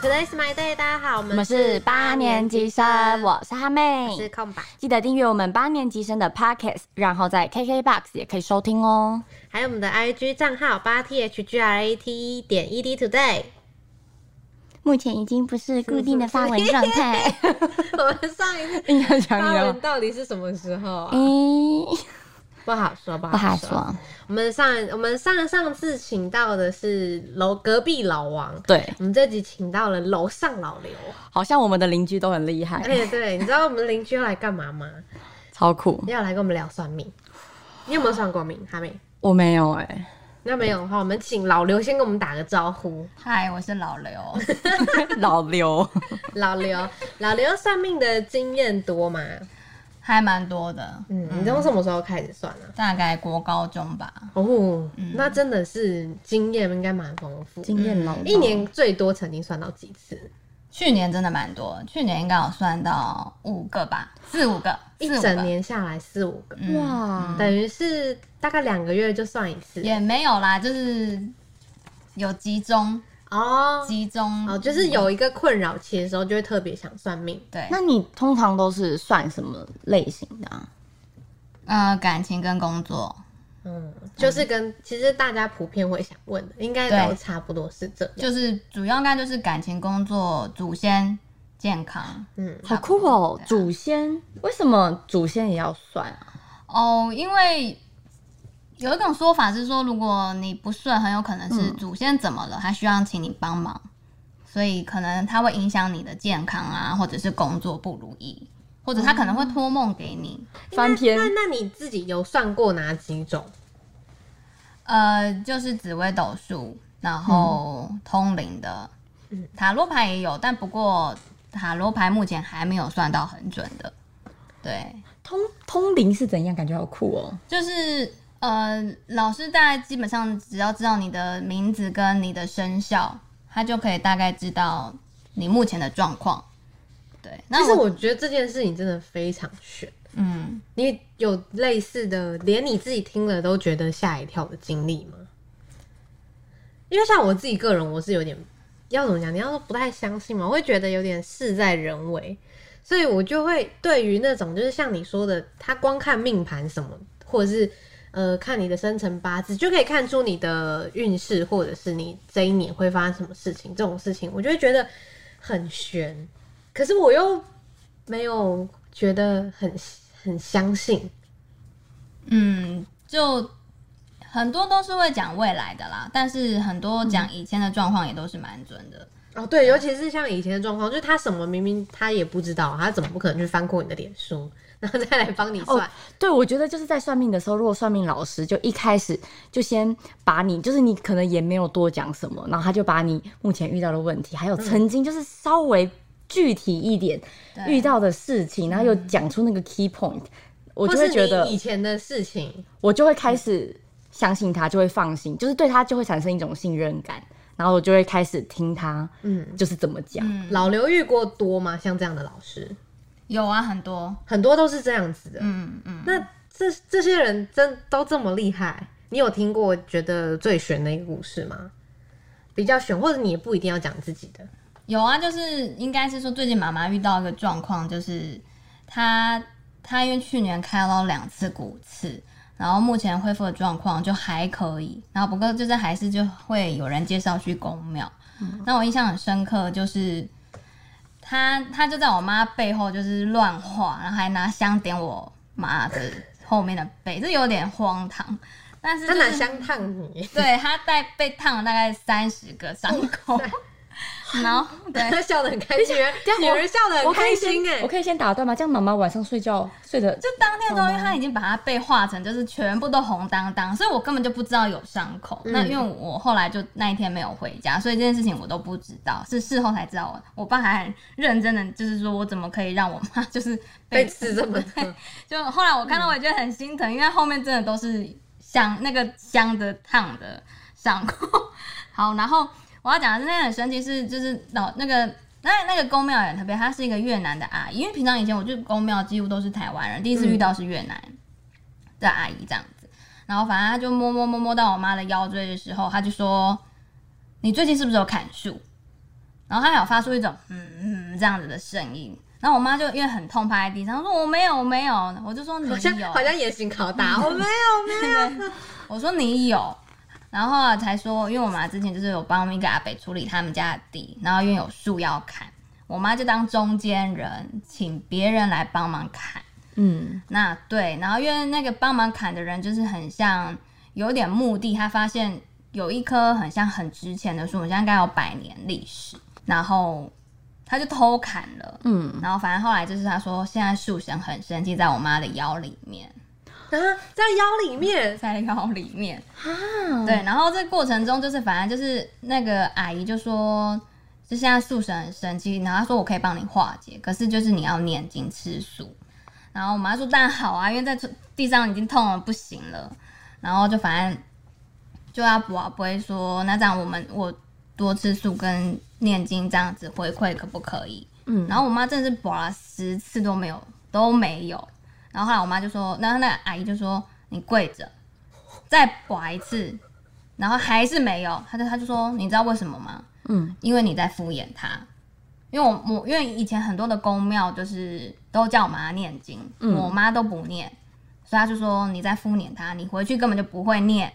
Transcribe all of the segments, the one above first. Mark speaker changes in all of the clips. Speaker 1: Today's my day，大家好，我
Speaker 2: 我
Speaker 1: 们
Speaker 2: 们是八年级生，我是哈妹，
Speaker 1: 是空白，
Speaker 2: 记得订阅我们八年级生的 Podcast，然后在 KKBox 也可以收听哦。
Speaker 1: 还有我们的 IG 账号八 t h g r a t 点 e d today。
Speaker 2: 目前已经不是固定的发文状态，
Speaker 1: 我们上一次
Speaker 2: 硬要讲
Speaker 1: 发
Speaker 2: 你啊
Speaker 1: 文到底是什么时候啊、
Speaker 2: 哦。诶，
Speaker 1: 不好说，不
Speaker 2: 不好啊
Speaker 1: 好说。
Speaker 2: 说，
Speaker 1: 我们上我们上上次请到的是楼隔壁老王，
Speaker 2: 对，
Speaker 1: 我们这集请到了楼上老刘。
Speaker 2: 好像我们的邻居都很厉害，
Speaker 1: 哎，对，你知道我们邻居要来干嘛吗？
Speaker 2: 超酷。
Speaker 1: 要来跟我们聊算命。你有没有算过命？还没。
Speaker 2: 我没有哎、
Speaker 1: 那没有的话，我们请老刘先跟我们打个招呼。
Speaker 2: 嗨，我是老刘，老刘
Speaker 1: 老刘，老刘算命的经验多吗？
Speaker 3: 还蛮多的，
Speaker 1: 嗯，你从什么时候开始算啊？
Speaker 3: 大概国高中吧。
Speaker 1: 哦，那真的是经验应该蛮丰富。
Speaker 2: 经验老道
Speaker 1: 一年最多曾经算到几次？
Speaker 3: 去年真的蛮多，去年应该有算到五个吧，四五个，嗯
Speaker 1: 一
Speaker 3: 四五
Speaker 1: 整
Speaker 3: 个
Speaker 1: 年下来四五个，
Speaker 2: 哇，
Speaker 1: 等于是大概两个月就算一次。
Speaker 3: 也没有啦，就是有集中
Speaker 1: 哦
Speaker 3: 集中
Speaker 1: 哦，就是有一个困扰期的时候，就会特别想算命。
Speaker 3: 对，
Speaker 2: 那你通常都是算什么类型的啊？
Speaker 3: 呃感情跟工作，
Speaker 1: 嗯，就是跟其实大家普遍会想问的，应该都
Speaker 3: 对
Speaker 1: 差不多是这样。
Speaker 3: 就是主要应该就是感情、工作、祖先、健康。
Speaker 1: 嗯，
Speaker 2: 好酷哦！祖先为什么祖先也要算啊？
Speaker 3: 哦，因为有一种说法是说，如果你不顺，很有可能是祖先怎么了，他需要请你帮忙，所以可能它会影响你的健康啊，或者是工作不如意，或者他可能会托梦给你。
Speaker 2: 翻篇
Speaker 1: 那那那你自己有算过哪几种？
Speaker 3: 呃，就是紫微斗数，然后通灵的，塔罗牌也有，但不过塔罗牌目前还没有算到很准的，对。
Speaker 2: 通通灵是怎样？感觉好酷哦！
Speaker 3: 就是呃，老师大概基本上只要知道你的名字跟你的生肖，他就可以大概知道你目前的状况。对，
Speaker 1: 但
Speaker 3: 那
Speaker 1: 是
Speaker 3: 我
Speaker 1: 我觉得这件事情真的非常悬。
Speaker 3: 嗯，
Speaker 1: 你有类似的，连你自己听了都觉得吓一跳的经历吗？因为像我自己个人，我是有点要怎么讲？你要说不太相信嘛，我会觉得有点事在人为，所以我就会对于那种就是像你说的，他光看命盘什么，或者是呃看你的生辰八字，就可以看出你的运势，或者是你这一年会发生什么事情，这种事情我就会觉得很悬。可是我又没有觉得很很相信，
Speaker 3: 嗯，就很多都是会讲未来的啦，但是很多讲以前的状况也都是蛮准的。
Speaker 1: 哦，对，尤其是像以前的状况，就是他什么明明他也不知道，他怎么不可能去翻过你的脸书， 然后再来帮
Speaker 2: 哦
Speaker 1: 你算？
Speaker 2: 对，我觉得就是在算命的时候，如果算命老师就一开始就先把你，就是你可能也没有多讲什么，然后他就把你目前遇到的问题，还有
Speaker 1: 嗯
Speaker 2: 曾经就是稍微具体一点
Speaker 3: 对
Speaker 2: 遇到的事情，然后又讲出那个 key point，
Speaker 1: 嗯
Speaker 2: 我
Speaker 1: 或
Speaker 2: 就是会
Speaker 1: 你
Speaker 2: 觉得
Speaker 1: 以前的事情，
Speaker 2: 我就会开始相信他，就会放心，就是对他就会产生一种信任感，然后我就会开始听他，
Speaker 1: 嗯，
Speaker 2: 就是怎么讲。
Speaker 3: 嗯，
Speaker 1: 老刘遇过多吗？像这样的老师，
Speaker 3: 有啊，很多。
Speaker 1: 很多都是这样子的。
Speaker 3: 嗯嗯，
Speaker 1: 那这这些人真都这么厉害？你有听过觉得最悬的一个故事吗？比较悬，或者你也不一定要讲自己的。
Speaker 3: 有啊，就是应该是说最近妈妈遇到一个状况，就是她她因为去年开了两次骨刺，然后目前恢复的状况就还可以，然后不过就是还是就会有人介绍去公庙。那我印象很深刻，就是她她就在我妈背后就是乱画，然后还拿香点我妈的后面的背，这有点荒唐。但是、
Speaker 1: 他
Speaker 3: 就是、
Speaker 1: 拿香烫你，
Speaker 3: 对她带被烫了大概三十个伤口， 然后对。
Speaker 1: 他笑得很开心，女儿
Speaker 2: 等一下
Speaker 1: 女
Speaker 2: 我
Speaker 1: 儿笑得很
Speaker 2: 我可
Speaker 1: 开
Speaker 2: 以先
Speaker 1: 心哎、，
Speaker 2: 我可以先打断吗？这样妈妈晚上睡觉睡得
Speaker 3: 就当天终于他已经把它被画成就是全部都红当当，所以我根本就不知道有伤口。
Speaker 1: 嗯
Speaker 3: 那因为我后来就那一天没有回家，所以这件事情我都不知道，是事后才知道我。我爸还很认真的，就是说我怎么可以让我妈 就是
Speaker 1: 被吃这么多。
Speaker 3: 就后来我看到我也觉得很心疼，因为后面真的都是香那个香的烫的伤口。好，然后我要讲的是那个很神奇是，就是老那个那那个公庙也很特别，她是一个越南的阿姨，因为平常以前我去公庙几乎都是台湾人，第一次遇到是越南的阿姨这样子。然后反正她就摸摸摸摸到我妈的腰椎的时候，她就说：“你最近是不是有砍树？”然后他还有发出一种嗯嗯这样子的声音。然后我妈就因为很痛趴在地上，她说我没有我没有，我就说你有，
Speaker 1: 好像好像严刑拷 打，我没有没有，
Speaker 3: 我说你有，然后后来才说，因为我妈之前就是有帮我们一个阿北处理他们家的地，然后因为有树要砍，我妈就当中间人，请别人来帮忙砍。
Speaker 2: 嗯，
Speaker 3: 那对，然后因为那个帮忙砍的人就是很像有点目的，他发现有一棵很像很值钱的树，好像应该有百年历史，然后他就偷砍了。
Speaker 2: 嗯，
Speaker 3: 然后反正后来就是他说，现在树神很生气，在我妈的腰里面，
Speaker 1: 啊，在腰里面，
Speaker 3: 在腰里面啊。对，然后这过程中就是反正就是那个阿姨就说，就现在树神很生气，然后她说我可以帮你化解，可是就是你要念经吃素。然后我妈说当然好啊，因为在地上已经痛了不行了，然后就反正就要补啊，不会说那这样我们我多吃素跟念经这样子回馈可不可以？嗯，然后我妈真的是补了十次都没有都没有，然后后来我妈就说，然后那个阿姨就说你跪着再补一次，然后还是没有，她就她就说你知道为什么吗？
Speaker 2: 嗯，
Speaker 3: 因为你在敷衍她。因为我我因为以前很多的公庙就是都叫我妈念经，
Speaker 2: 嗯
Speaker 3: 我妈都不念，所以他就说你在敷衍她，你回去根本就不会念。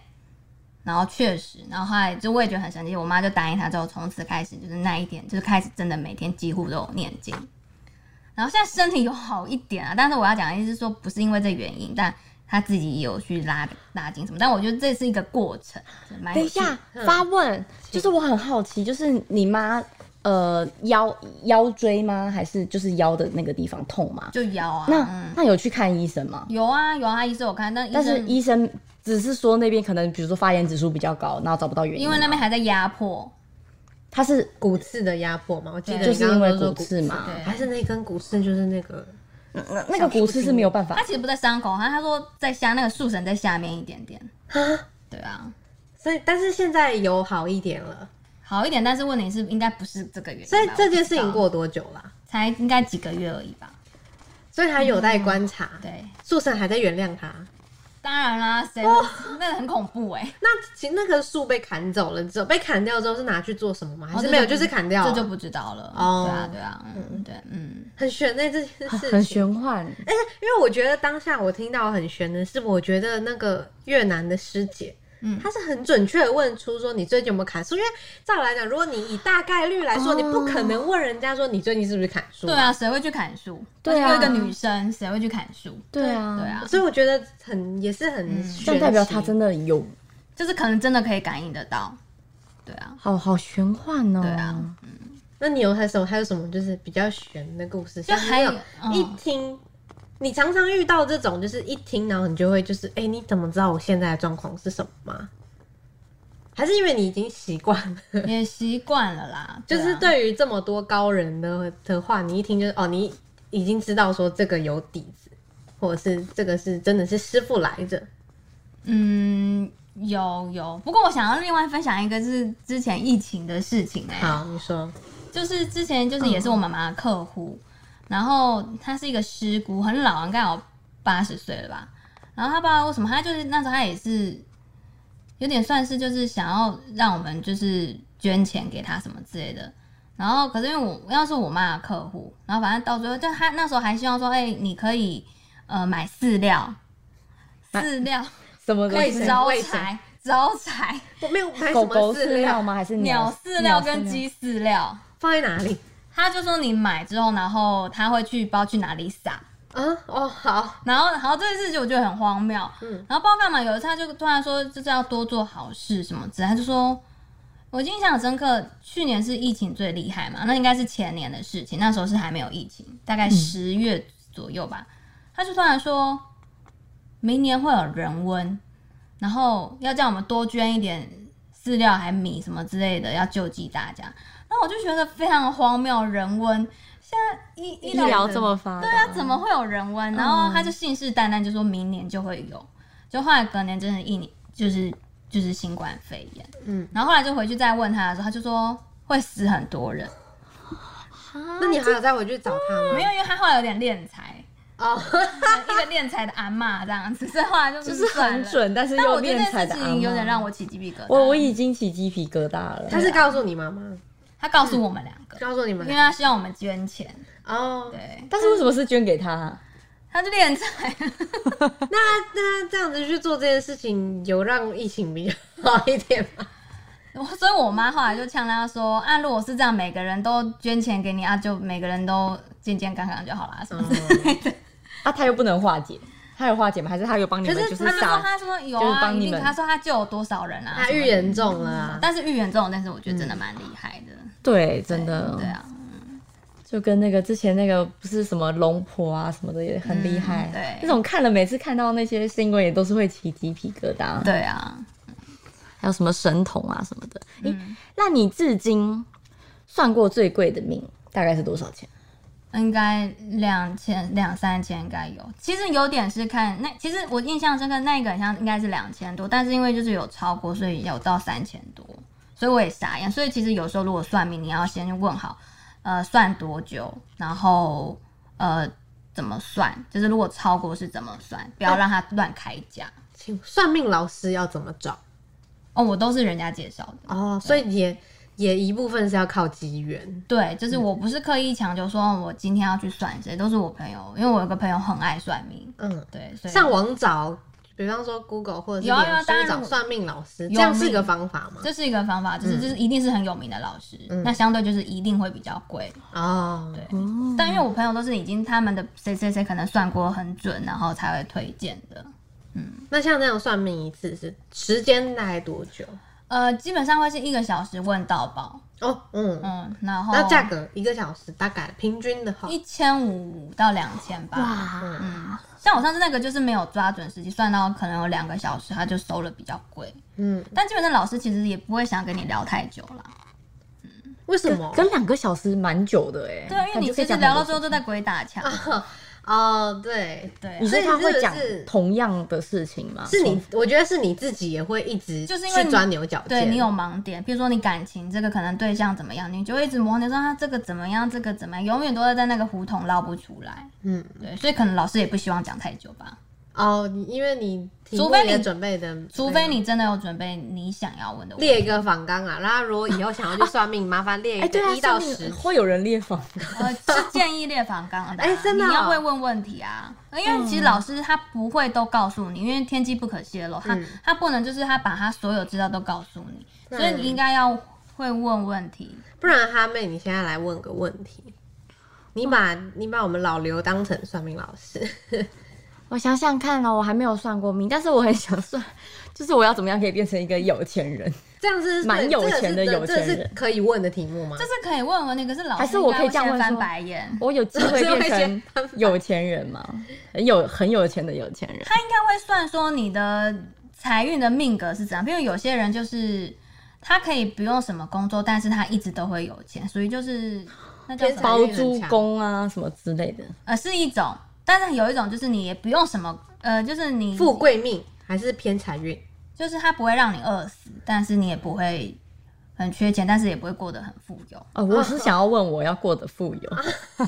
Speaker 3: 然后确实，然后后来就我也觉得很神奇，我妈就答应他之后，从此开始就是那一天，就是开始真的每天几乎都有念经。然后现在身体有好一点啊，但是我要讲的意思是说，不是因为这原因，但他自己有去拉拉筋什么，但我觉得这是一个过程。就蛮有嗯
Speaker 2: 等一
Speaker 3: 趣的
Speaker 2: 下发问，就是我很好奇，就是你妈呃腰腰椎吗？还是就是腰的那个地方痛吗？
Speaker 3: 就腰啊，
Speaker 2: 那、
Speaker 3: 嗯，
Speaker 2: 那有去看医生吗？
Speaker 3: 有啊有啊，医生我看，但医
Speaker 2: 但
Speaker 3: 生
Speaker 2: 是医生只是说那边可能比如说发炎指数比较高，然后找不
Speaker 1: 啊
Speaker 2: 到原因
Speaker 3: 因
Speaker 2: 吗，
Speaker 3: 为那边还在压迫，
Speaker 2: 他是
Speaker 1: 骨刺的压迫嘛，我记得
Speaker 2: 就
Speaker 1: 你
Speaker 2: 是
Speaker 1: 刚
Speaker 2: 因
Speaker 1: 刚
Speaker 2: 为
Speaker 1: 都说
Speaker 2: 骨刺嘛，
Speaker 3: 对
Speaker 1: 还是那根骨刺就是那个
Speaker 3: 嗯
Speaker 2: 那那个骨刺是没有办法
Speaker 3: 他，其实不在伤口，他他说在下那个树绳在下面一点点，
Speaker 1: 啊，
Speaker 3: 对啊，
Speaker 1: 所以但是现在有好一点了，
Speaker 3: 好一点，但是问题是应该不是这个原因吧，
Speaker 1: 所以这件事
Speaker 3: 我
Speaker 1: 情
Speaker 3: 不知道
Speaker 1: 过多久啦、
Speaker 3: 才应该几个月而已吧，
Speaker 1: 所以还有待观察，
Speaker 3: 对，
Speaker 1: 树神还在原谅他。
Speaker 3: 当然啦，谁
Speaker 1: 哦
Speaker 3: 会那很恐怖哎、
Speaker 1: 那其实那棵树被砍走了之后，被砍掉之后是拿去做什么吗？还
Speaker 3: 哦
Speaker 1: 是
Speaker 3: 这
Speaker 1: 没有，
Speaker 3: 不
Speaker 1: 就是砍掉了，
Speaker 3: 这就不知道了，
Speaker 1: 哦
Speaker 3: 对啊对啊，嗯对嗯，
Speaker 1: 很悬那、这件事
Speaker 2: 很
Speaker 1: 情。
Speaker 2: 玄幻。
Speaker 3: 哎
Speaker 1: 哎因为我觉得当下我听到很悬的是，我觉得那个越南的师姐，
Speaker 3: 嗯
Speaker 1: 她是很准确的问出说你最近有没有砍树，因为照我来讲，如果你以大概率来说，
Speaker 2: 哦
Speaker 1: 你不可能问人家说你最近是不是砍树，
Speaker 3: 对，啊，谁会去砍树？
Speaker 2: 对啊
Speaker 3: 而且又一个女生，谁会去砍树？
Speaker 2: 对啊，
Speaker 3: 对，啊，
Speaker 1: 所以我觉得很也是
Speaker 3: 嗯
Speaker 1: 很悬、
Speaker 2: 这样代表他真的有，
Speaker 3: 就是可能真的可以感应得到，对啊，
Speaker 2: 好好玄幻哦。
Speaker 3: 对啊，
Speaker 1: 那你有还有什么还有什么就是比较悬的故事？
Speaker 3: 就
Speaker 1: 像
Speaker 3: 还有嗯
Speaker 1: 那种一听，你常常遇到这种，就是一听然后你就会就是，哎、你怎么知道我现在的状况是什么吗？还是因为你已经习惯了，
Speaker 3: 也习惯了啦，
Speaker 1: 就是
Speaker 3: 啊
Speaker 1: 对于这么多高人的的话，你一听就是哦，你已经知道说这个有底子，或者是这个是真的是师傅来着。
Speaker 3: 嗯，有有，不过我想要另外分享一个是之前疫情的事情哎、
Speaker 1: 好，你说，
Speaker 3: 就是之前就是也是我妈妈的客户，然后她是一个师姑，很老，应该有八十岁了吧。然后她不知道为什么，她就是那时候她也是有点算是就是想要让我们就是捐钱给她什么之类的。然后可是因为我要是我妈的客户，然后反正到最后就她那时候还希望说，哎、你可以呃买饲料，饲料。
Speaker 2: 什么的
Speaker 1: 可以
Speaker 2: 是
Speaker 1: 知道
Speaker 3: 招
Speaker 1: 喂谁
Speaker 3: 财，招财，
Speaker 1: 我没有买什
Speaker 2: 狗
Speaker 1: 么
Speaker 2: 狗
Speaker 1: 饲
Speaker 2: 饲
Speaker 1: 料
Speaker 2: 料吗？还是
Speaker 3: 鸟饲料跟
Speaker 2: 嗯鸟饲
Speaker 3: 鸡饲料。
Speaker 1: 放在哪里
Speaker 3: 他就说你买之后，然后他会去不知道去哪里撒，
Speaker 1: 啊？哦，好，
Speaker 3: 然后然后这件事情我觉得很荒谬，
Speaker 1: 嗯
Speaker 3: 然后不知道干嘛，有一次他就突然说就是要多做好事什么之类，他就说。我印象很深刻，去年是疫情最厉害嘛，那应该是前年的事情，那时候是还没有疫情，大概十月左右吧。他就突然说，明年会有人瘟，然后要叫我们多捐一点饲料、还米什么之类的，要救济大家。那我就觉得非常荒谬，人瘟现在医医
Speaker 2: 医
Speaker 3: 疗
Speaker 2: 疗这么发达，
Speaker 3: 对啊，怎么会有人瘟？然后他就信誓旦旦就说明年就会有，就后来隔年真的一年就是就是新冠肺炎，
Speaker 1: 嗯，
Speaker 3: 然后后来就回去再问他的时候，他就说会死很多人，
Speaker 1: 那你还有再回去找他吗？
Speaker 3: 没有，因为他后来有点练财，
Speaker 1: 哦，
Speaker 3: 一个练财的阿嬷这样子，所 以后来就
Speaker 2: 就是
Speaker 3: 算
Speaker 2: 很
Speaker 3: 了。
Speaker 2: 准，但是
Speaker 3: 但
Speaker 2: 又
Speaker 3: 我觉得
Speaker 2: 练
Speaker 3: 这
Speaker 2: 才
Speaker 3: 件
Speaker 2: 的
Speaker 3: 事
Speaker 2: 阿
Speaker 3: 情有点嗯
Speaker 2: 嬷
Speaker 3: 让我起鸡皮疙瘩。
Speaker 2: 我我已经起鸡皮疙瘩了。
Speaker 1: 他是告诉你妈妈，
Speaker 3: 他告诉我们两个，
Speaker 1: 告诉你们
Speaker 3: 因为他希望我们捐钱，
Speaker 1: 哦。
Speaker 3: 对，
Speaker 2: 但是为什么是捐给他？
Speaker 3: 他就敛财了。
Speaker 1: 那那这样子去做这件事情，有让疫情比较好一点 吗？
Speaker 3: 我所以，我妈后来就呛他说：“啊，如果是这样，每个人都捐钱给你啊，就每个人都健健康康就好啦。”什
Speaker 2: 嗯
Speaker 3: 么之
Speaker 1: 嗯
Speaker 3: 类的。
Speaker 2: 啊，他又不能化解，他有化解吗？还是他有帮你
Speaker 3: 可
Speaker 2: 们？
Speaker 3: 是
Speaker 2: 就
Speaker 3: 他就说：“
Speaker 2: 撒
Speaker 3: 他说有
Speaker 2: 就是
Speaker 3: 啊，
Speaker 2: 帮
Speaker 3: 一
Speaker 2: 你
Speaker 3: 定。”
Speaker 2: 们
Speaker 3: 他说他救了多少人啊？
Speaker 1: 他
Speaker 3: 什么
Speaker 1: 预
Speaker 3: 的
Speaker 1: 言中了啊，
Speaker 3: 但是预言这种，但是我觉
Speaker 2: 嗯
Speaker 3: 得真的蛮厉害的。
Speaker 2: 对，真的，
Speaker 3: 对啊，
Speaker 2: 就跟那个之前那个不是什么龙婆啊什么的也很厉害，
Speaker 3: 嗯对
Speaker 2: 那种看了每次看到那些新闻也都是会起鸡皮疙瘩，，
Speaker 3: 对啊，
Speaker 2: 还有什么神童啊什么的，诶、
Speaker 3: 嗯
Speaker 2: 那你至今算过最贵的命大概是多少钱？
Speaker 3: 应该两千两三千应该有。其实有点是看那，其实我印象深刻那一个好像应该是两千多，但是因为就是有超过，所以有到三千多，所以我也傻眼。所以其实有时候如果算命，你要先问好，呃，算多久，然后呃怎么算，就是如果超过是怎么算，不要让他乱开价。
Speaker 1: 请算命老师要怎么找？
Speaker 3: 哦，我都是人家介绍的。
Speaker 1: 哦，所以也也一部分是要靠机缘。
Speaker 3: 对，就是我不是刻意强求说哦我今天要去算谁，都是我朋友，因为我有个朋友很爱算命，
Speaker 1: 嗯，
Speaker 3: 对，所以
Speaker 1: 上网找，比方说 Google 或者是
Speaker 3: 有啊有啊
Speaker 1: 脸书
Speaker 3: 当然
Speaker 1: 找
Speaker 3: 我
Speaker 1: 算命老师，
Speaker 3: 有
Speaker 1: 这样是一个方法吗？
Speaker 3: 这是一个方法，
Speaker 2: 嗯
Speaker 3: 就是就是一定是很有名的老师，
Speaker 1: 嗯
Speaker 3: 那相对就是一定会比较贵。
Speaker 1: 哦，
Speaker 3: 对但因为我朋友都是已经他们的谁谁谁可能算过很准，然后才会推荐的。
Speaker 1: 那像这样算命一次是时间大概多久？
Speaker 3: 呃，基本上会是一个小时问到饱，
Speaker 1: 哦，嗯，
Speaker 3: 嗯，然后
Speaker 1: 那价格一个小时大概平均的话，
Speaker 3: 一千五到两千吧。
Speaker 2: 哇，
Speaker 3: 嗯，像我上次那个就是没有抓准时机，算到可能有两个小时，他就收了比较贵。
Speaker 1: 嗯，
Speaker 3: 但基本上老师其实也不会想跟你聊太久啦。
Speaker 1: 为什么？
Speaker 2: 跟两个小时蛮久的哎、
Speaker 3: 对，啊因为
Speaker 2: 感
Speaker 3: 你
Speaker 2: 觉可以
Speaker 3: 其
Speaker 2: 讲
Speaker 3: 实聊
Speaker 2: 很多
Speaker 3: 到
Speaker 2: 啊
Speaker 3: 最后都在鬼打墙。
Speaker 1: 哦，对，
Speaker 3: 对啊
Speaker 2: 你，说他会
Speaker 1: 所以这
Speaker 2: 讲
Speaker 1: 个是
Speaker 2: 同样的事情吗？
Speaker 1: 是你，我觉得是你自己也会一直
Speaker 3: 就是因为
Speaker 1: 去
Speaker 3: 你
Speaker 1: 钻牛角尖，
Speaker 3: 对你有盲点，比如说你感情这个可能对象怎么样，你就会一直磨，你说啊他这个怎么样，这个怎么样，永远都会在那个胡同捞不出来。
Speaker 1: 嗯，
Speaker 3: 对，所以可能老师也不希望讲太久吧，
Speaker 1: 哦，你因为你题目
Speaker 3: 除非你
Speaker 1: 也准备的，
Speaker 3: 除
Speaker 2: 啊
Speaker 3: 非你真的有准备你想要问的问题。
Speaker 1: 列一个访纲啊，然后如果以后想要去算命，麻烦列
Speaker 2: 哎、
Speaker 1: 一
Speaker 2: 对啊，
Speaker 1: 个一到
Speaker 2: 说不定
Speaker 1: 十。
Speaker 2: 会有人列访吗，
Speaker 3: 呃， 是建议列访纲的、啊，
Speaker 1: 哎真的哦
Speaker 3: 你要会问问题啊，因为
Speaker 2: 嗯
Speaker 3: 其实老师他不会都告诉你，因为天机不可泄露，他、
Speaker 1: 嗯
Speaker 3: 他不能就是他把他所有资料都告诉你，
Speaker 1: 嗯
Speaker 3: 所以你应该要会问问题。
Speaker 1: 不然哈妹，你现在来问个问题，你把你把我们老刘当成算命老 师，
Speaker 2: 我想想看哦，我还没有算过命，但是我很想算，就是我要怎么样可以变成一个有钱人？
Speaker 1: 这样是
Speaker 2: 蛮有钱
Speaker 1: 这个
Speaker 2: 的
Speaker 1: 是
Speaker 2: 有钱人
Speaker 1: 这个是可以问的题目吗
Speaker 3: 这？是可以问问题，可是老师
Speaker 2: 还是我可以这样问说
Speaker 3: 应该会先翻白眼，
Speaker 2: 我有机会
Speaker 1: 是会
Speaker 2: 变成
Speaker 1: 先
Speaker 2: 有钱人吗？很有很有钱的有钱人，
Speaker 3: 他应该会算说你的财运的命格是怎样，比如有些人就是他可以不用什么工作，但是他一直都会有钱，属于就是那叫什
Speaker 1: 天才
Speaker 3: 么？
Speaker 2: 包租公啊什么之类的。
Speaker 3: 呃，是一种，但是有一种就是你也不用什么，呃，就是你
Speaker 1: 富，贵命还是偏财运？
Speaker 3: 就是他不会让你饿死，但是你也不会很缺钱，但是也不会过得很富有。
Speaker 2: 哦，我是想要问我要过得富有，